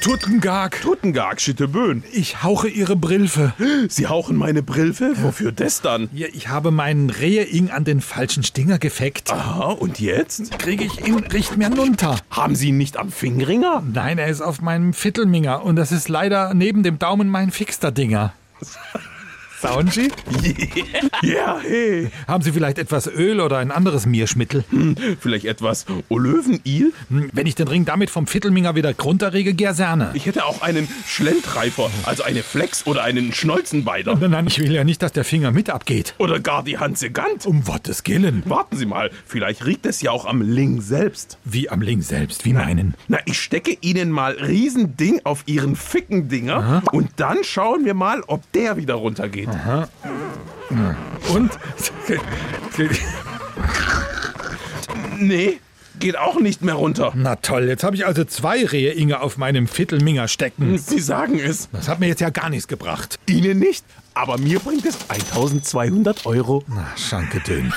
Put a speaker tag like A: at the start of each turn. A: Tuttengag.
B: Tuttengag, Schitteböen.
A: Ich hauche Ihre Brilfe.
B: Sie hauchen meine Brilfe? Wofür das dann?
A: Ja, ich habe meinen Rehing an den falschen Stinger gefeckt.
B: Aha, und jetzt?
A: Kriege ich ihn nicht mehr runter.
B: Haben Sie ihn nicht am Fingringer?
A: Nein, er ist auf meinem Viertelminger und das ist leider neben dem Daumen mein fixter Dinger. Soundschi?
B: Ja, hey.
A: Haben Sie vielleicht etwas Öl oder ein anderes Mierschmittel?
B: Vielleicht etwas Olöwenil?
A: Hm, Wenn ich den Ring damit vom Viertelminger wieder runterrege, Gerserne.
B: Ich hätte auch einen Schlendreifer, also eine Flex oder einen Schnolzenbeider.
A: Nein, nein, ich will ja nicht, dass der Finger mit abgeht.
B: Oder gar die Hanse Gant.
A: Um Gottes Willen.
B: Warten Sie mal, vielleicht riecht es ja auch am Ling selbst.
A: Wie am Ling selbst, wie meinen.
B: Na, ich stecke Ihnen mal Riesending auf Ihren Fickendinger und dann schauen wir mal, ob der wieder runtergeht.
A: Und?
B: Nee, geht auch nicht mehr runter.
A: Na toll, jetzt habe ich also zwei Reheinge auf meinem Viertelminger stecken.
B: Sie sagen es.
A: Das hat mir jetzt ja gar nichts gebracht.
B: Ihnen nicht, aber mir bringt es 1200 Euro.
A: Na, Schanke dünn.